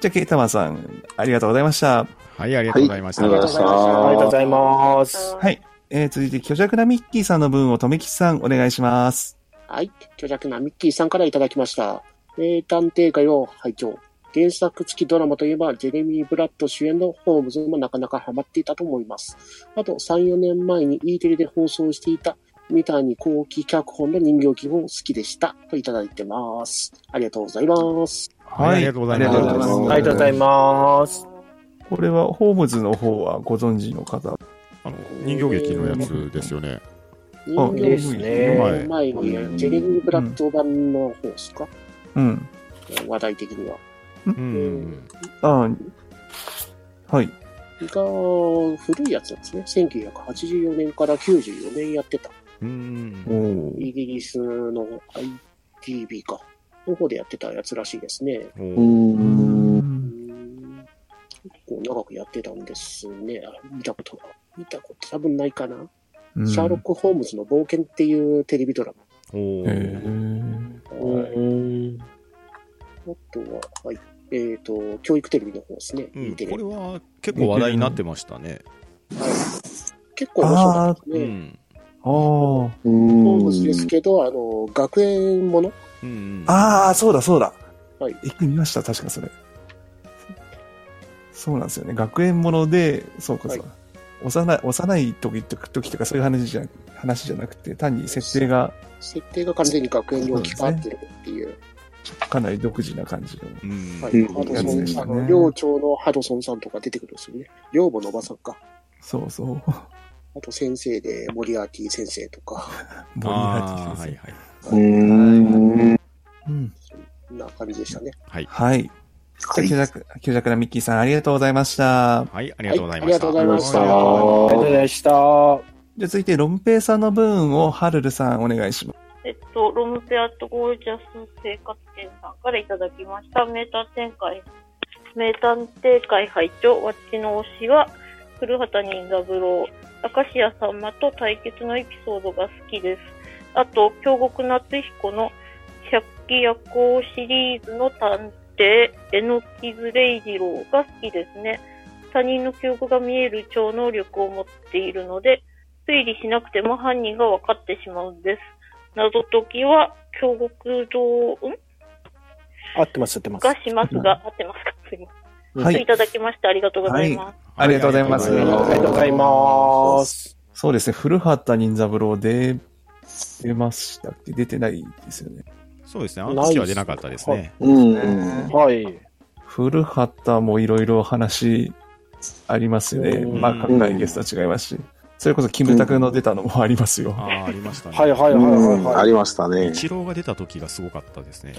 Speaker 3: じゃあ、ケイタマンさん、ありがとうございました。
Speaker 5: はい、ありがとうございました。
Speaker 6: はいありがとうございました
Speaker 4: ありがとうございます。
Speaker 3: はい。えー、続いて、巨弱なミッキーさんの分を、とめきちさん、お願いします。
Speaker 1: はい。巨弱なミッキーさんからいただきました。名探偵会を拝聴。原作付きドラマといえば、ジェレミー・ブラッド主演のホームズもなかなかハマっていたと思います。あと、3、4年前に E テレで放送していた、三谷幸喜脚本の人形記も好きでした。といただいてます。ありがとうございます。
Speaker 5: はいありがとうございます
Speaker 3: ありがとうございます。
Speaker 4: ありがとうございます。
Speaker 3: これは、ホームズの方はご存知の方。
Speaker 5: あの、人形劇のやつですよね。
Speaker 1: 人形
Speaker 4: ですね。
Speaker 1: 前に、ジェレミー・ブラッド版の方ですか、
Speaker 3: うん。
Speaker 1: 話題的には。
Speaker 5: うん。
Speaker 3: ああ、はい。
Speaker 1: が古いやつなんですね。1984年から94年やってた。
Speaker 5: うん。
Speaker 3: お
Speaker 1: イギリスの ITV か。の方でやってたやつらしいですね。
Speaker 5: おー
Speaker 6: う
Speaker 1: う
Speaker 6: ん。
Speaker 3: ー。
Speaker 1: ん結構長くやってたんですね。あ見たことが。見たこと多分ないかな、シャーロック・ホームズの冒険っていうテレビドラ
Speaker 5: お
Speaker 3: へ
Speaker 5: ー
Speaker 3: ー
Speaker 1: マ。
Speaker 4: う
Speaker 1: はい
Speaker 4: ん。
Speaker 1: あとは、はい。えっ、と、教育テレビの方ですね。
Speaker 5: う
Speaker 1: E
Speaker 5: ん
Speaker 1: テレ
Speaker 5: これは結構話題になってましたね。
Speaker 1: 結構面白かったです
Speaker 5: う
Speaker 1: ね。
Speaker 5: ん。
Speaker 3: あ
Speaker 1: ホームズですけど、あの、学園もの
Speaker 5: うんうん。
Speaker 3: あ。ああ、そうだそうだ。
Speaker 1: はい。
Speaker 3: 一回見ました、確かそれ。そうなんですよね。学園もので、そうかそうか。幼い、幼い時とか、時とかそういう話じゃ、話じゃなくて、単に設定が
Speaker 1: 設定が完全に学園に置き換わってるっていう。
Speaker 3: かなり独自な感じの。
Speaker 5: うん。
Speaker 1: はい、
Speaker 6: うん
Speaker 1: ハドソンさん、
Speaker 3: うん
Speaker 1: あの寮長のハドソンさんとか出てくるんですよね。寮母のおばさんか。
Speaker 3: そうそう。
Speaker 1: あと先生で、モリアーティ先生とか。
Speaker 3: モリアーティ
Speaker 5: あ
Speaker 3: 先
Speaker 5: あ、
Speaker 3: 生
Speaker 5: はいはい。
Speaker 6: うん。
Speaker 3: うん。
Speaker 1: こんな感じでしたね。
Speaker 5: はい。
Speaker 3: はい。
Speaker 1: は
Speaker 3: じゃあ、
Speaker 1: い
Speaker 3: キュザク、キュザクラミッキーさん、ありがとうございました。
Speaker 5: はい、ありがとうございま
Speaker 1: はいありが
Speaker 5: した。
Speaker 1: とうございました
Speaker 5: ありがとう
Speaker 4: あり
Speaker 5: ございま
Speaker 4: がとうございました。は
Speaker 3: じゃあ、続いて、ロンペイさんの分を、ハルルさん、お願いします。
Speaker 7: えっと、ロムペアとゴージャス生活店さんからいただきました。名探偵会、名探偵会会長、わっちの推しは、古畑任三郎、明石家さんまと対決のエピソードが好きです。あと、京極夏彦の百鬼夜行シリーズの探偵、えのきずれいじろうが好きですね。他人の記憶が見える超能力を持っているので、推理しなくても犯人が分かってしまうんです。謎解きは京極堂ん
Speaker 4: 合ってます、合ってます。
Speaker 7: がしますが、合ってますかすいま
Speaker 3: は
Speaker 7: せん。
Speaker 3: い
Speaker 7: い。ただきました。ありがとうございます。
Speaker 5: した
Speaker 3: ありがとうございます
Speaker 5: ありがとうご
Speaker 4: あ
Speaker 5: ざ
Speaker 4: り
Speaker 5: い
Speaker 4: がとう
Speaker 5: ま
Speaker 4: ございます。
Speaker 3: そうですね、古畑任三郎で、出ましたっけ出てないですよね。
Speaker 5: すそうですね、あの時は出なかったですね。
Speaker 6: うん。
Speaker 4: はい。
Speaker 3: 古畑もいろいろ話ありますよね。
Speaker 4: うん
Speaker 3: まあ、各界ゲストは違いますし。それこそ、キムタクの出たのもありますよ。
Speaker 5: ああー、ありましたね。
Speaker 4: はいはいはいはい
Speaker 6: あ
Speaker 4: はい。
Speaker 6: りましたね。
Speaker 5: 一郎が出た時がすごかったですね。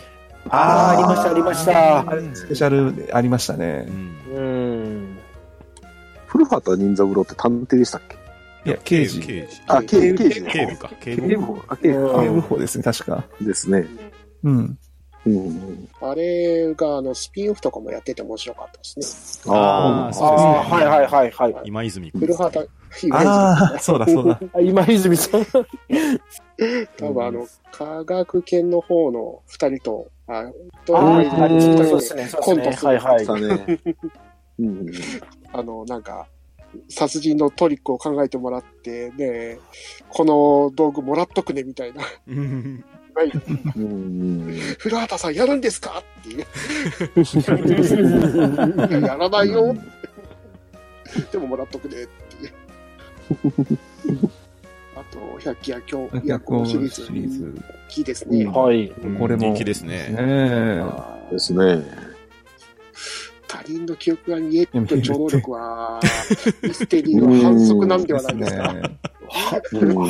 Speaker 4: あーありました、ありました。
Speaker 3: スペシャルでありましたね
Speaker 5: う。ん。
Speaker 4: うん。
Speaker 6: 古畑任三郎って探偵でしたっけ
Speaker 3: いや、刑事。
Speaker 5: 刑事。
Speaker 6: あ、刑刑事
Speaker 5: 警部か。警
Speaker 3: 警
Speaker 5: 部。
Speaker 3: 部
Speaker 6: あ刑事
Speaker 3: 警部補ですね、確か。
Speaker 6: ですね。
Speaker 3: うん。
Speaker 6: うんうん。
Speaker 1: あれが、あの、スピンオフとかもやってて面白かったですね。
Speaker 5: あー
Speaker 4: ああ、はいはい
Speaker 5: い。
Speaker 4: はいはい。
Speaker 5: 今泉君。
Speaker 1: 古畑、イメージ
Speaker 3: ああ、そうだそうだ。
Speaker 4: あ今泉さん。
Speaker 1: 多分あの、科学研の方の二人と、あ、と、
Speaker 4: あ
Speaker 1: 二
Speaker 4: ー
Speaker 1: 人
Speaker 4: そう
Speaker 1: と
Speaker 4: ですね、そう
Speaker 1: コン
Speaker 4: で
Speaker 1: ト
Speaker 4: す
Speaker 1: す
Speaker 4: ね。は
Speaker 1: る
Speaker 4: いはい。
Speaker 6: したね。うんうん。
Speaker 1: あの、なんか、殺人のトリックを考えてもらって、ね、この道具もらっとくね、みたいな。 [LAUGHS]
Speaker 5: うん
Speaker 1: はい
Speaker 6: うんうん。
Speaker 1: 古畑さんやるんですかって
Speaker 3: [LAUGHS]
Speaker 1: いう。いややらないよ。でももらっとくね、っていう。あと、百鬼夜行、夜行シリーズ。
Speaker 3: シリーズ。
Speaker 1: 大きいですね。
Speaker 5: うん
Speaker 4: はい。
Speaker 3: これも
Speaker 5: 人気ですね。
Speaker 3: ね
Speaker 6: ですね。
Speaker 1: 他人の記憶が見える超能力は、ミステリーの反則なんではないですか。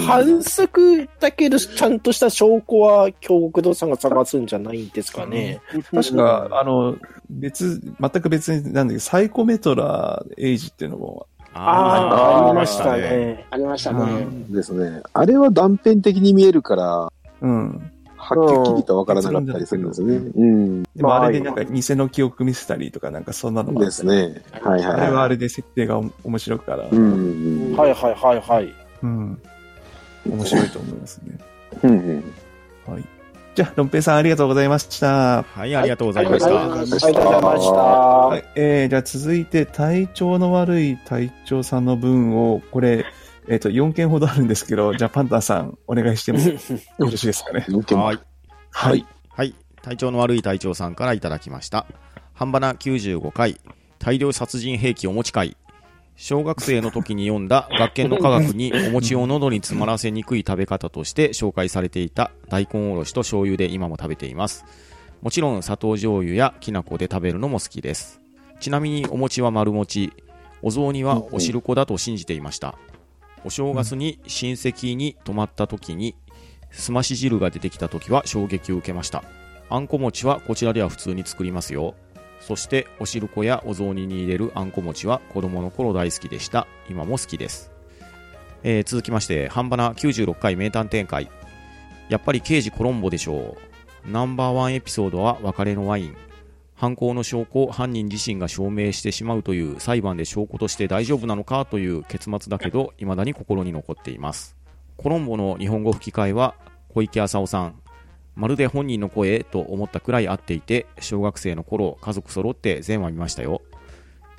Speaker 4: 反則だけど、ちゃんとした証拠は京極堂さんが探すんじゃないんですかね。
Speaker 3: 確か、あの、別、全く別になんだけど、サイコメトラエイジっていうのも、
Speaker 5: ー
Speaker 4: ーありました。ね。
Speaker 1: ありました
Speaker 3: う
Speaker 1: ね。
Speaker 3: ん。
Speaker 6: ですね。あれは断片的に見えるから、は
Speaker 3: うん
Speaker 6: っきりとは分からなかったりするんですね。うん。
Speaker 3: でも
Speaker 4: まあ
Speaker 3: あれでなんか偽の記憶見せたりとかなんかそんなのもあ
Speaker 6: で
Speaker 3: った
Speaker 6: す
Speaker 3: り
Speaker 6: ね。はい
Speaker 3: あれは
Speaker 6: は
Speaker 3: あれで設定がお面白いから
Speaker 6: い。、うん。
Speaker 4: はいはいはいはい。
Speaker 3: うん。面白いと思いますね。
Speaker 6: うんうん。
Speaker 3: はい。じゃあ、ロンペイさんありがとうございました。
Speaker 5: はい、ありがとうございまし
Speaker 1: あり
Speaker 5: た
Speaker 1: がとうござ
Speaker 4: あ
Speaker 1: いま。
Speaker 4: りがとうございました
Speaker 3: は。い、えー、じゃあ続いて、体調の悪い隊長さんの分を、これ、えっ、と、4件ほどあるんですけど、じゃあパンタンさん、お願いしてもよろしいです
Speaker 4: [LAUGHS]
Speaker 3: かね。
Speaker 6: 見ても
Speaker 5: はい。
Speaker 3: はい。
Speaker 5: はい。体調の悪い隊長さんからいただきました。半ばな95回、大量殺人兵器お持ち会。小学生の時に読んだ学研の科学にお餅を喉に詰まらせにくい食べ方として紹介されていた大根おろしと醤油で今も食べています。もちろん砂糖醤油やきな粉で食べるのも好きです。ちなみにお餅は丸餅、お雑煮はお汁粉だと信じていました。お正月に親戚に泊まった時にすまし汁が出てきた時は衝撃を受けました。あんこ餅はこちらでは普通に作りますよ。そしてお汁粉やお雑煮に入れるあんこ餅は子供の頃大好きでした。今も好きです。えー続きまして、半ばな96回名探偵会。やっぱり刑事コロンボでしょう。ナンバーワンエピソードは別れのワイン。犯行の証拠を犯人自身が証明してしまうという裁判で証拠として大丈夫なのかという結末だけど、未だに心に残っています。コロンボの日本語吹き替えは小池浅尾さん、まるで本人の声と思ったくらい合っていて、小学生の頃、家族揃って全話見ましたよ。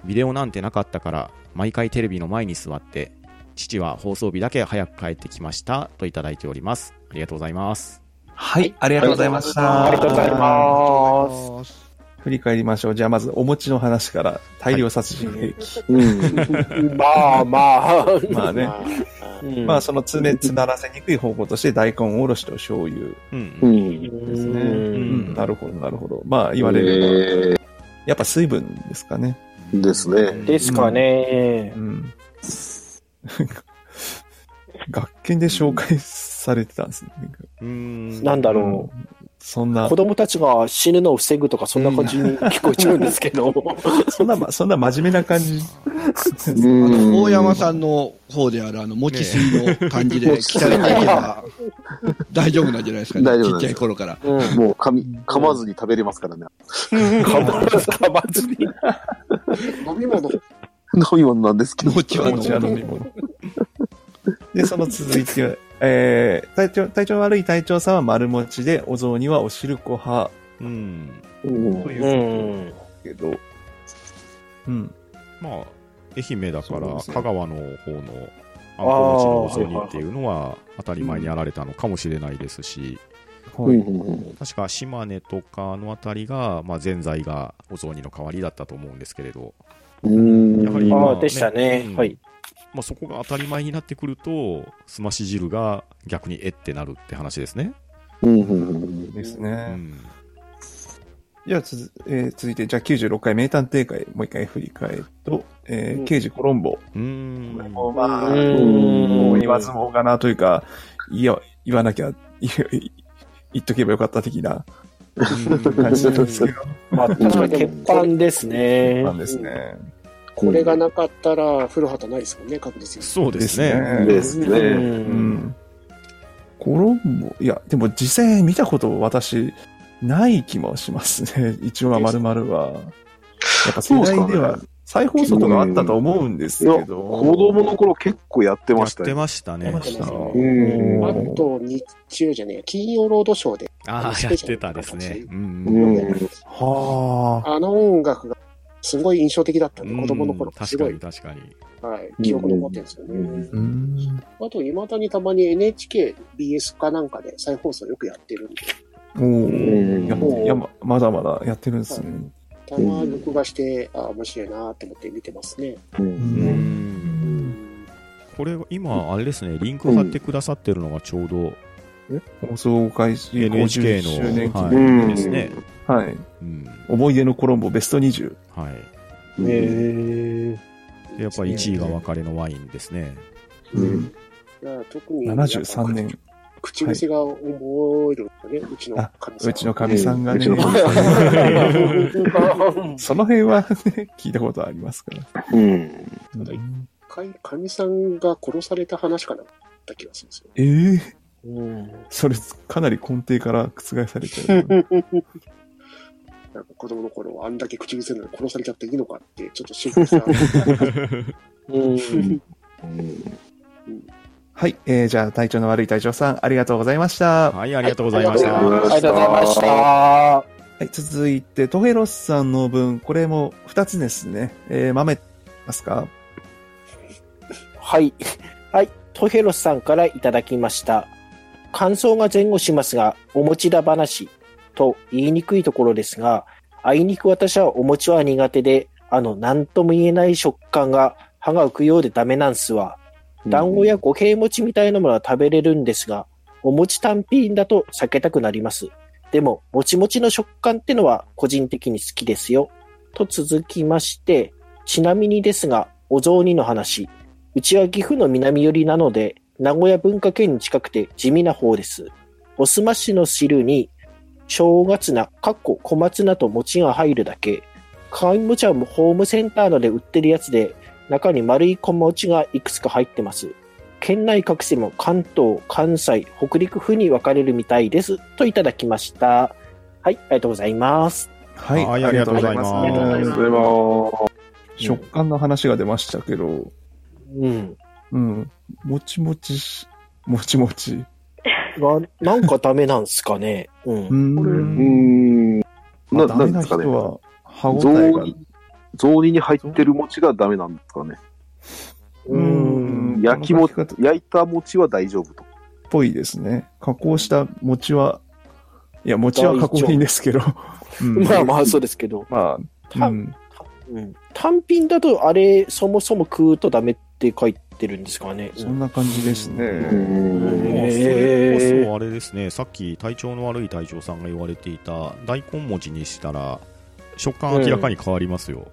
Speaker 5: ビデオなんてなかったから、毎回テレビの前に座って、父は放送日だけ早く帰ってきましたといただいております。ありがとうございます。
Speaker 3: はい、ありがとうございました。
Speaker 4: ありがとうございます。
Speaker 2: す。
Speaker 3: 振り返りましょう。じゃあ、まず、お餅の話から、大量殺人兵器。
Speaker 4: まあまあ。
Speaker 3: まあね。
Speaker 4: うん
Speaker 3: まあ、その常、つならせにくい方法として、大根おろしと醤油。
Speaker 5: うん
Speaker 6: う
Speaker 5: うん。
Speaker 6: ん。
Speaker 3: ですね。
Speaker 4: うん
Speaker 3: うんなるほど、なるほど。まあ、言われれば、やっぱ水分ですかね。
Speaker 6: ですね。
Speaker 4: ですかね
Speaker 3: う。ん。学研で紹介されてたんですね。
Speaker 5: うーん
Speaker 4: なんだろう。
Speaker 3: そんな
Speaker 4: 子、供たちが死ぬのを防ぐとか、そんな感じに聞こえちゃうんですけど。
Speaker 3: そんな、
Speaker 4: [LAUGHS]
Speaker 3: そんな真面目な感じ。
Speaker 2: あの、大山さんの方である、あの、持ち水の感じで鍛えていけば、大丈夫なんじゃないですかね
Speaker 6: 大丈夫。
Speaker 2: ち
Speaker 6: な
Speaker 2: っ
Speaker 6: ん
Speaker 2: ち
Speaker 6: です
Speaker 2: ゃい頃から。
Speaker 4: うん。
Speaker 6: もう噛み、噛まずに食べれますからね。
Speaker 4: かばず、かばずに。。
Speaker 1: 飲み物、
Speaker 6: 飲み物なんですけど。
Speaker 2: 餅は
Speaker 3: お茶飲み物。で、その続いて、えー、体調、体調悪い隊長さんは丸餅で、お雑煮はお汁粉派
Speaker 5: うん。
Speaker 6: うん
Speaker 3: といううんけど、うん。
Speaker 5: まあ、愛媛だか
Speaker 3: そう
Speaker 5: ら、
Speaker 3: ですね
Speaker 5: 香川の方のあんこ餅のお雑煮っていうのは当たり前にあられたのかもしれないですし、
Speaker 3: はい
Speaker 5: 確か島根とかのあたりが、まあ、ぜんざいがお雑煮の代わりだったと思うんですけれど、
Speaker 6: うん
Speaker 5: やはり
Speaker 4: あ
Speaker 5: 今
Speaker 4: あ、でしたね。
Speaker 5: うん
Speaker 4: はい。
Speaker 5: まあ、そこが当たり前になってくると、すまし汁が逆にえってなるって話ですね。
Speaker 6: うんうん
Speaker 3: です
Speaker 5: う
Speaker 3: ね。
Speaker 5: ん、
Speaker 3: じゃあ、つづえー続いて、じゃあ96回名探偵会、もう一回振り返ると、え
Speaker 4: う
Speaker 3: ー、
Speaker 4: ん
Speaker 3: 刑事コロンボ。
Speaker 5: う
Speaker 3: これ
Speaker 5: ん
Speaker 3: もまあ、
Speaker 4: う
Speaker 3: も
Speaker 4: ん
Speaker 3: う言わずもがなというか、いや、言わなきゃ、 [LAUGHS] い言っとけばよかった的な感じなんですけど、
Speaker 4: まあ、確かに鉄板ですね。
Speaker 3: なんですね。
Speaker 1: これがなかったら、古畑ないですもんね、確実に。
Speaker 5: そうですね。
Speaker 6: うん。です
Speaker 4: う。
Speaker 6: ね。
Speaker 3: うんん。コロンボ、いや、でも実際見たこと私、ない気もしますね。 [LAUGHS] 一応はまるまるは。やっぱ世代では、再放送とかあったと思うんです
Speaker 6: いや、
Speaker 3: け
Speaker 6: 子
Speaker 3: ど。
Speaker 6: 供の頃結構やって
Speaker 5: や
Speaker 6: ま
Speaker 5: っ
Speaker 6: した
Speaker 5: て
Speaker 6: よ。
Speaker 5: ました
Speaker 3: や
Speaker 5: ね。
Speaker 3: ってました
Speaker 6: うん
Speaker 1: あと、日中じゃねえ、金曜ロードショーで。
Speaker 5: ああ、やってたですね。うん。
Speaker 6: うん。
Speaker 3: はあ。
Speaker 1: あの音楽が、すごい印象的だったんで、子供の頃
Speaker 5: う、ん
Speaker 1: す
Speaker 5: 確か
Speaker 1: ご
Speaker 5: に
Speaker 1: い、
Speaker 5: 確かに。
Speaker 1: はい、記憶残ってるんですよ
Speaker 6: うん
Speaker 1: ね。
Speaker 3: うん。
Speaker 1: あと、未だにたまに NHK、BS かなんかで再放送よくやってるんで、
Speaker 3: おーや
Speaker 1: うん
Speaker 3: いや、ままだまだやってるんですね。
Speaker 1: たまに録画して、あ面白いなと思って見てますね。
Speaker 3: うん
Speaker 5: うんこれ、今、あれですね、リンク貼ってくださってるのがちょうど
Speaker 3: 放送開始
Speaker 5: NHK
Speaker 3: 50周年記
Speaker 5: の、
Speaker 3: 念。
Speaker 5: はい、ですね。
Speaker 3: はい。
Speaker 5: うん。
Speaker 3: 思い出のコロンボベスト20。
Speaker 5: はい。
Speaker 4: え
Speaker 5: でやっぱり1位が別れのワインですね。
Speaker 6: うん
Speaker 1: だから特に
Speaker 3: 73年。
Speaker 1: 口癖が覚えるんだね、うちの
Speaker 3: あ
Speaker 1: 神様。
Speaker 3: うちのかみさんがね
Speaker 6: う、ちの神
Speaker 3: [LAUGHS]
Speaker 1: [LAUGHS]
Speaker 3: その辺はね、聞いたことありますから。
Speaker 6: うん。
Speaker 1: かい神さんが殺された話かなった気がするんですよ。
Speaker 3: ええ
Speaker 4: うん。
Speaker 3: それ、かなり根底から覆されて
Speaker 1: [LAUGHS]
Speaker 3: る。
Speaker 1: なんか子供の頃、あんだけ口癖なのに殺されちゃっていいのかって、ちょっと心配した。
Speaker 4: うん。
Speaker 3: はい、えー、じゃあ、体調の悪い隊長さん、ありがとうございました。は
Speaker 5: はい、ありがとうございまし
Speaker 1: あ
Speaker 5: た
Speaker 1: り。がとうござ
Speaker 4: あ
Speaker 1: いま
Speaker 4: りがとうございました。
Speaker 3: い、続いて、トヘロスさんの分、これも2つですね。えー、豆、ますか
Speaker 4: はい。はい。トヘロスさんからいただきました。感想が前後しますが、お餅だ話と言いにくいところですが、あいにく私はお餅は苦手で、あの、なんとも言えない食感が歯が浮くようでダメなんすわ。団子や五平餅みたいなものは食べれるんですが、お餅単品だと避けたくなります。でも、もちもちの食感ってのは個人的に好きですよ。と続きまして、ちなみにですが、お雑煮の話。うちは岐阜の南寄りなので、名古屋文化圏に近くて地味な方です。おすましの汁に、正月菜、かっこ小松菜と餅が入るだけ。貝餅はもうホームセンターなどで売ってるやつで、中に丸い小餅がいくつか入ってます。県内各地も関東、関西、北陸府に分かれるみたいです。といただきました。はい、ありがとうございます。
Speaker 3: はい、
Speaker 5: はいありがとうございます
Speaker 3: ありがとうござい
Speaker 6: ありがとうございま
Speaker 3: 食感の話が出ましたけど、
Speaker 4: うん。
Speaker 3: うん、もちもちし、もちもち。
Speaker 4: ななんかダメなんすかね。うん
Speaker 3: う。ん、
Speaker 6: す。うん。
Speaker 3: まあ
Speaker 6: な、
Speaker 3: ダ
Speaker 6: な
Speaker 3: メ
Speaker 6: んで
Speaker 3: な
Speaker 6: すか
Speaker 3: 人
Speaker 6: ね。
Speaker 3: は、歯応
Speaker 6: 雑
Speaker 3: えが。
Speaker 6: 煮、雑煮に入ってる餅がダメなんですかね。
Speaker 3: うん
Speaker 6: 焼き
Speaker 3: この
Speaker 6: も
Speaker 3: 書き方っ
Speaker 6: 焼いた餅は大丈夫と。
Speaker 3: ぽいですね。加工した餅は、いや、餅は加工品です
Speaker 6: [LAUGHS]
Speaker 3: けど。うん
Speaker 4: まあまあ、そうですけど。
Speaker 3: まあ、
Speaker 4: た
Speaker 3: うん、
Speaker 4: うん単品だと、あれ、そもそも食うとダメって書いてるんですかね。
Speaker 3: そんな感じですね。
Speaker 5: ま
Speaker 6: ん
Speaker 5: あそ
Speaker 4: へー
Speaker 5: れこそあれですね、さっき体調の悪い隊長さんが言われていた大根餅にしたら、食感明らかに変わりますよ。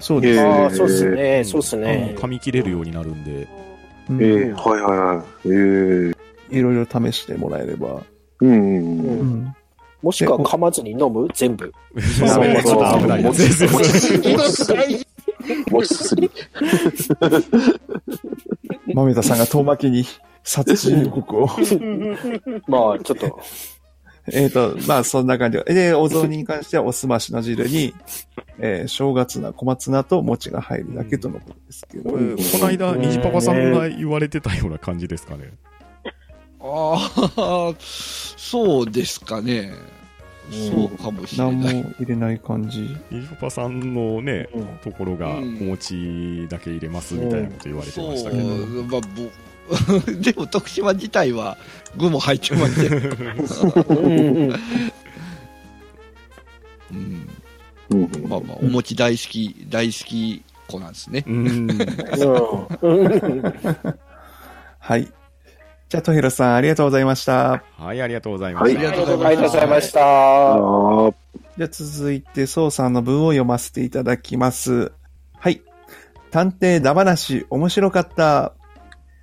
Speaker 3: そうです。
Speaker 6: へ
Speaker 4: あ
Speaker 6: ー
Speaker 4: あ、そうっすね、
Speaker 5: ん
Speaker 4: そうっすね
Speaker 5: [LAUGHS] うん。噛み切れるようになるんで。
Speaker 3: うん
Speaker 6: ええはいはいはい。ええ
Speaker 3: いろいろ試してもらえれば。
Speaker 6: うんうんうん。
Speaker 3: ん。
Speaker 4: もしくは噛まずに飲む全部。
Speaker 5: ダメだよちょっと危ないやつです。
Speaker 1: 命大事
Speaker 6: 餅すすり。
Speaker 3: 豆田さんが遠巻きに [LAUGHS] 殺人予告を。
Speaker 4: まあ、ちょっと、
Speaker 3: えっと、まあそんな感じで。で、お雑煮に関してはおすましの汁に、えー正月な小松菜と餅が入るだけとのことですけど。
Speaker 5: これこの間、虹パパさんが言われてたような感じですかね。
Speaker 2: ああ、そうですかね。そうかもしれ
Speaker 3: 何も
Speaker 2: ない。
Speaker 3: 入れない感じ。
Speaker 5: 虹パパさんのね
Speaker 4: うん、
Speaker 5: ところが、お
Speaker 2: うん
Speaker 5: 餅だけ入れますみたいなこと言われて
Speaker 2: そ
Speaker 5: ました
Speaker 2: う
Speaker 5: けど。、
Speaker 2: まあ、ぼ [LAUGHS] でも徳島自体は具も入ってません。うん、
Speaker 6: うんうん
Speaker 2: まあまあ、お餅大好き、大好き子なんですね。
Speaker 5: うん。
Speaker 3: はい。じゃあ、トヘロさん、ありがとうございました。
Speaker 5: はい、ありがとうございまし
Speaker 6: は
Speaker 5: た。
Speaker 2: いありがとう
Speaker 4: ありがとうございました。
Speaker 6: ああ、
Speaker 3: じゃあ続いて、宋さんの文を読ませていただきます。はい。探偵だばなし、面白かった。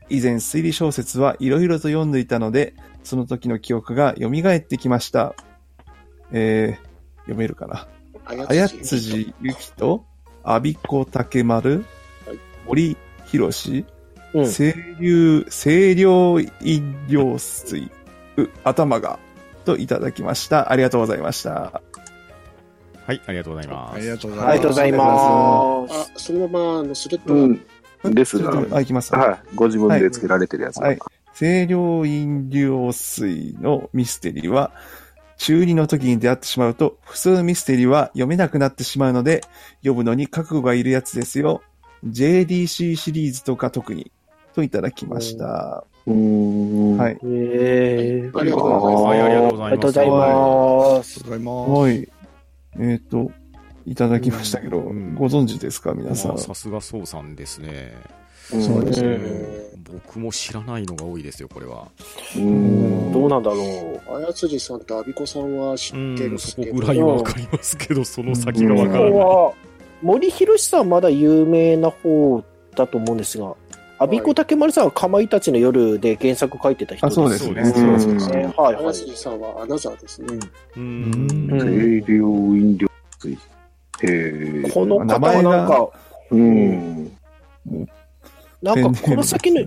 Speaker 3: 以前、推理小説はいろいろと読んでいたので、その時の記憶が蘇ってきました。えー、読めるかな。あやつじゆきと、あびこたけまる
Speaker 1: はい、
Speaker 3: 森ひろし、
Speaker 4: うん
Speaker 3: 清流、清涼飲料水、う、頭が、といただきました。ありがとうございました。
Speaker 5: はい、ありがとうございま
Speaker 2: あ
Speaker 5: す
Speaker 2: り。がとうご
Speaker 4: あ
Speaker 2: ざ
Speaker 4: り
Speaker 2: い
Speaker 4: がとう
Speaker 2: ま
Speaker 4: ご
Speaker 2: す。
Speaker 4: ざいます。
Speaker 1: あ、そのままあのスレッド
Speaker 6: う
Speaker 1: が
Speaker 6: ん。ですが、
Speaker 3: あ、いきます。
Speaker 6: はい。ご自分でつけられてるやつが。
Speaker 3: はい。清涼飲料水のミステリーは、中二の時に出会ってしまうと、普通ミステリーは読めなくなってしまうので、読むのに覚悟がいるやつですよ。JDC シリーズとか特に。といただきました。
Speaker 6: うーん。。
Speaker 3: はいい。
Speaker 4: えー
Speaker 1: ありがとうございます。
Speaker 5: はい、ありがとう
Speaker 4: ありが
Speaker 5: ご
Speaker 4: とうござ
Speaker 5: ざい
Speaker 4: い
Speaker 5: ま
Speaker 4: ます。
Speaker 2: ありがとうございます。
Speaker 3: はい。えっ、と、いただきましたけど、
Speaker 5: ん
Speaker 3: ご存知ですか皆
Speaker 5: す。
Speaker 3: さ
Speaker 5: まあ
Speaker 3: ん。
Speaker 5: さすがそうさんですね。
Speaker 3: そうです
Speaker 4: ね
Speaker 5: 僕も知らないのが多いですよ、これは。
Speaker 6: うーん。
Speaker 4: どうなんだろ
Speaker 1: あやつじさんとアビコさんは知っ
Speaker 5: う
Speaker 1: て
Speaker 5: ん、
Speaker 1: る
Speaker 5: そ
Speaker 1: け
Speaker 5: こ
Speaker 1: ど
Speaker 5: ぐらいはわかりますけど、その先
Speaker 4: う。
Speaker 5: がわ
Speaker 4: こ
Speaker 5: からない。
Speaker 4: こは、森博さんまだ有名な方だと思うんですが、阿ビ子竹丸さんはかまいたちの夜で原作書いてた人
Speaker 3: あ、そうで
Speaker 4: ね
Speaker 3: すね。
Speaker 5: そうですね
Speaker 6: すね
Speaker 4: は
Speaker 1: あ
Speaker 4: いは
Speaker 1: や
Speaker 4: い。
Speaker 1: つじさんはアナザーですね。
Speaker 5: う
Speaker 3: うん
Speaker 5: ん。
Speaker 6: 清涼飲料水。へえ。
Speaker 4: この方はなんか、
Speaker 6: うん。
Speaker 4: なんかこの先の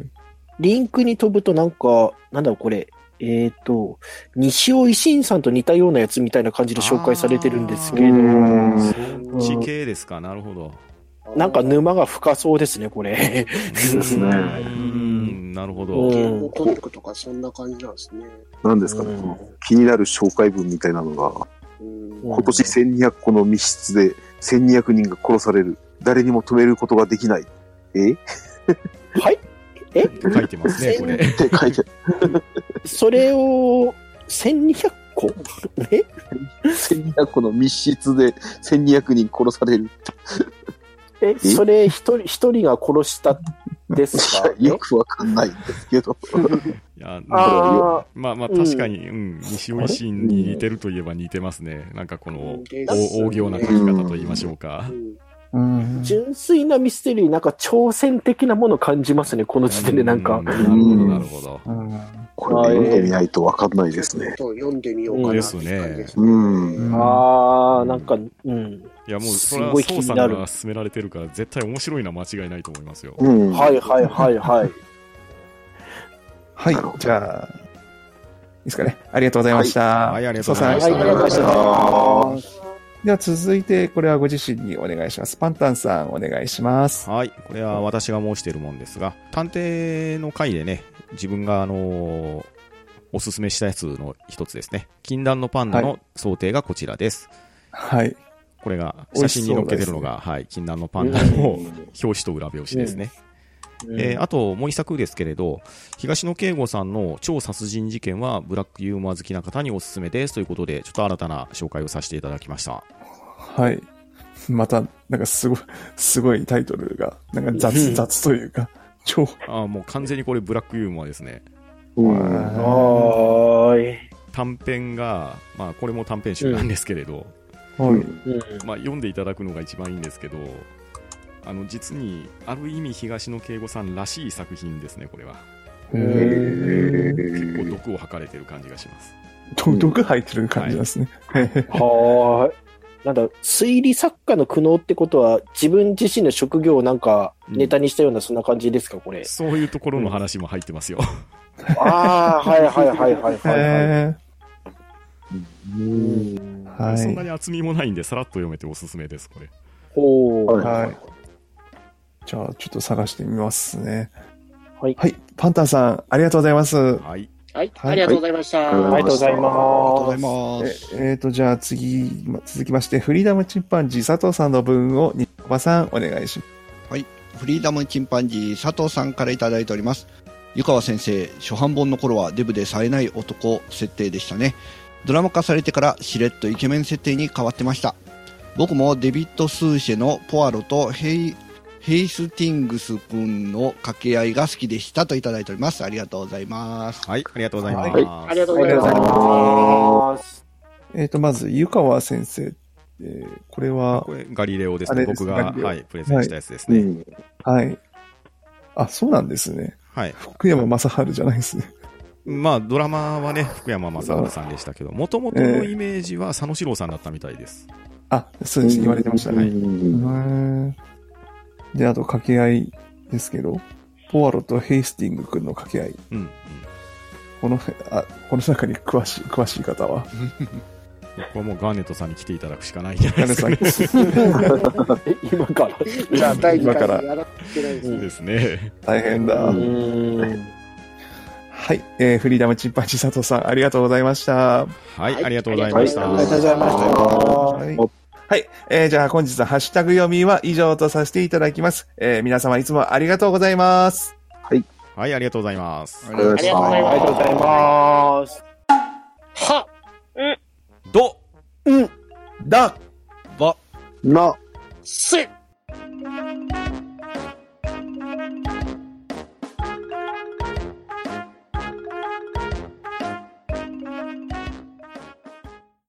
Speaker 4: リンクに飛ぶとなんか、なんだろうこれ、えっ、と、西尾維新さんと似たようなやつみたいな感じで紹介されてるんですけ
Speaker 6: う
Speaker 4: ど、
Speaker 6: ん。
Speaker 5: 地形ですか、なるほど。
Speaker 4: なんか沼が深そうですね、これ。
Speaker 6: ですね
Speaker 5: うん、なるほ
Speaker 4: う
Speaker 5: ど。
Speaker 4: ん
Speaker 1: 言語トンクとかそんな感じなんですね。
Speaker 6: 何ですかね、この気になる紹介文みたいなのが、
Speaker 1: うん。
Speaker 6: 今年1200個の密室で1200人が殺される。誰にも止めることができない。えっ
Speaker 4: はい。
Speaker 5: 書いてますね、これ。
Speaker 6: て書いてある。
Speaker 4: それを、1200個え
Speaker 6: 1200個の密室で1200人殺される。
Speaker 4: え、それ一人、一人が殺したですか
Speaker 6: いやよくわかんないんですけど。
Speaker 5: いや
Speaker 4: ああ、
Speaker 5: まあまあ
Speaker 4: うん
Speaker 5: 確かに、うん、西尾維新に似てるといえば似てますね。なんかこの、
Speaker 1: で
Speaker 5: お大行な書き方と言いましょうか。
Speaker 3: うん。
Speaker 4: 純粋なミステリー、なんか挑戦的なもの感じますね、この時点でなんか
Speaker 5: う。なるほど、なるほど。
Speaker 3: うん
Speaker 6: これ、読んでみないとわかんないですね。
Speaker 1: ちょっと読んでみようかなっていう感じですね。
Speaker 6: うん。
Speaker 4: ああ、なんか、うん。
Speaker 5: いやもう、そ
Speaker 4: す
Speaker 5: れは
Speaker 4: ごい気
Speaker 5: 宋さ
Speaker 4: に
Speaker 5: ん
Speaker 4: なる
Speaker 5: が勧められてるから、絶対面白いのは間違いないと思いますよ。
Speaker 6: うん。
Speaker 4: はいはいはいはい。
Speaker 3: はい。じゃあ、いいですかね。ありがとうございました。
Speaker 5: はいはいありがとうございま
Speaker 3: そ
Speaker 5: した
Speaker 3: さんありがとうございました。
Speaker 6: あ
Speaker 3: では続いて、これはご自身にお願いします。パンタンさん、お願いします。
Speaker 5: はい、これは私が申しているもんですが、探偵の回でね、自分があのーおすすめしたやつの一つですね。禁断のパンダ
Speaker 3: は
Speaker 5: の想定がこちらです。
Speaker 3: はい。
Speaker 5: これが、
Speaker 3: 美
Speaker 5: 写
Speaker 3: 味し
Speaker 5: 真
Speaker 3: そう
Speaker 5: に載っけてるのが、はい、禁断のパンダの表紙と裏表紙ですね。えーあと、もう一作ですけれど、東野圭吾さんの超殺人事件は、ブラックユーモア好きな方におすすめですということで、ちょっと新たな紹介をさせていただきました。
Speaker 3: はい。また、なんかすごい、すごいタイトルが、なんか
Speaker 4: う
Speaker 3: 雑、
Speaker 4: ん
Speaker 3: 雑というか、超、
Speaker 5: あーもう完全にこれ、ブラックユーモアですね。
Speaker 6: うん。
Speaker 4: はーい。
Speaker 5: 短編が、まあ、これも短編集なんですけれど、
Speaker 3: はい。
Speaker 5: まあ、読んでいただくのが一番いいんですけど、あの実にある意味、東野圭吾さんらしい作品ですね、これは。
Speaker 3: へ
Speaker 5: 結構
Speaker 3: ー
Speaker 5: 毒を吐かれてる感じがします。
Speaker 3: ど毒入ってる感じですね。
Speaker 4: はーい。なんだ、推理作家の苦悩ってことは、自分自身の職業をなんかネタにしたような、そんな感じですか、これ。
Speaker 5: そういうところの話も入ってますよ。
Speaker 4: ああ、はいはいはいはいはい、はい。
Speaker 3: へ
Speaker 6: うん。
Speaker 3: ー
Speaker 5: そんな
Speaker 3: は
Speaker 5: に厚みもないんで、さらっと読めておすすめです、これ。
Speaker 4: ほう。
Speaker 3: い。はい。じゃあ、ちょっと探してみますね。
Speaker 4: はい
Speaker 3: はい。パンタンさん、ありがとうございます。
Speaker 5: はい。
Speaker 1: はい、ありがとうございました。
Speaker 6: はい
Speaker 4: ありがとうござい
Speaker 2: とうご
Speaker 4: ま
Speaker 2: ざい
Speaker 4: す。
Speaker 2: ます。
Speaker 3: えっ、と、じゃあ次、ま続きまして、フリーダムチンパンジー佐藤さんの文を、におばさん、お願いしま
Speaker 2: フリーダムチンパンジー佐藤さんからいただいております。湯川先生、初版本の頃はデブで冴えない男設定でしたね。ドラマ化されてからしれっとイケメン設定に変わってました。僕もデビッド・スーシェのポアロとヘイヘイスティングス君の掛け合いが好きでしたといただいております。ありがとうございます。
Speaker 5: はい、ありがとうございます。
Speaker 6: はい
Speaker 1: ありがとうご
Speaker 4: あ
Speaker 1: ざ
Speaker 4: り
Speaker 1: い
Speaker 4: がとうござい
Speaker 1: ま
Speaker 4: ます。
Speaker 3: す。えっ、と、まず、湯川先生。えーこれは
Speaker 5: こ、れ、ガリレオです
Speaker 3: あ
Speaker 5: ね。
Speaker 3: れです
Speaker 5: 僕
Speaker 3: ガ
Speaker 5: が、
Speaker 3: リレオ
Speaker 5: はい、プレゼンしたやつです
Speaker 6: う
Speaker 5: ね。
Speaker 6: ん。
Speaker 3: はい。あ、そうなんですね。
Speaker 5: はい。
Speaker 3: 福山雅治じゃないですね。
Speaker 5: まあ、ドラマはね、福山雅治さんでしたけど、もともとのイメージは佐野史郎さんだったみたいです。
Speaker 3: あ、そうですね。言われてましたね。
Speaker 6: う
Speaker 3: う
Speaker 6: ん
Speaker 3: んで、あと掛け合いですけど、ポアロとヘイスティング君の掛け合い。
Speaker 5: うん。うん
Speaker 3: この、あ、この中に詳しい、詳しい方は。
Speaker 5: これはもうガーネットさんに来ていただくしかないんじゃない
Speaker 3: 金
Speaker 5: です
Speaker 3: さ
Speaker 5: か
Speaker 3: ん
Speaker 5: ね。
Speaker 3: [LAUGHS]
Speaker 4: え今から。
Speaker 1: す。じゃあ、第2
Speaker 3: 今か
Speaker 1: 回
Speaker 3: ら
Speaker 1: やらなきゃいけないです
Speaker 5: そう
Speaker 1: ね。
Speaker 5: ですね。
Speaker 3: 大変だ。
Speaker 4: う
Speaker 6: う
Speaker 4: ーん。
Speaker 3: はい。えーフリーダムチンパンジー佐藤さん、ありがとうございました。
Speaker 5: はい、
Speaker 1: はい
Speaker 5: ありがとうございました。
Speaker 1: ありがとうございました
Speaker 3: はい。はい。えーじゃあ本日のハッシュタグ読みは以上とさせていただきます。えー皆様いつもありがとうございます。
Speaker 5: はい、ありがとうございます。
Speaker 1: ありがとうござい
Speaker 4: ありがとう
Speaker 1: ま
Speaker 4: ございます。
Speaker 1: す。は
Speaker 5: ど
Speaker 3: だ
Speaker 1: な、せ、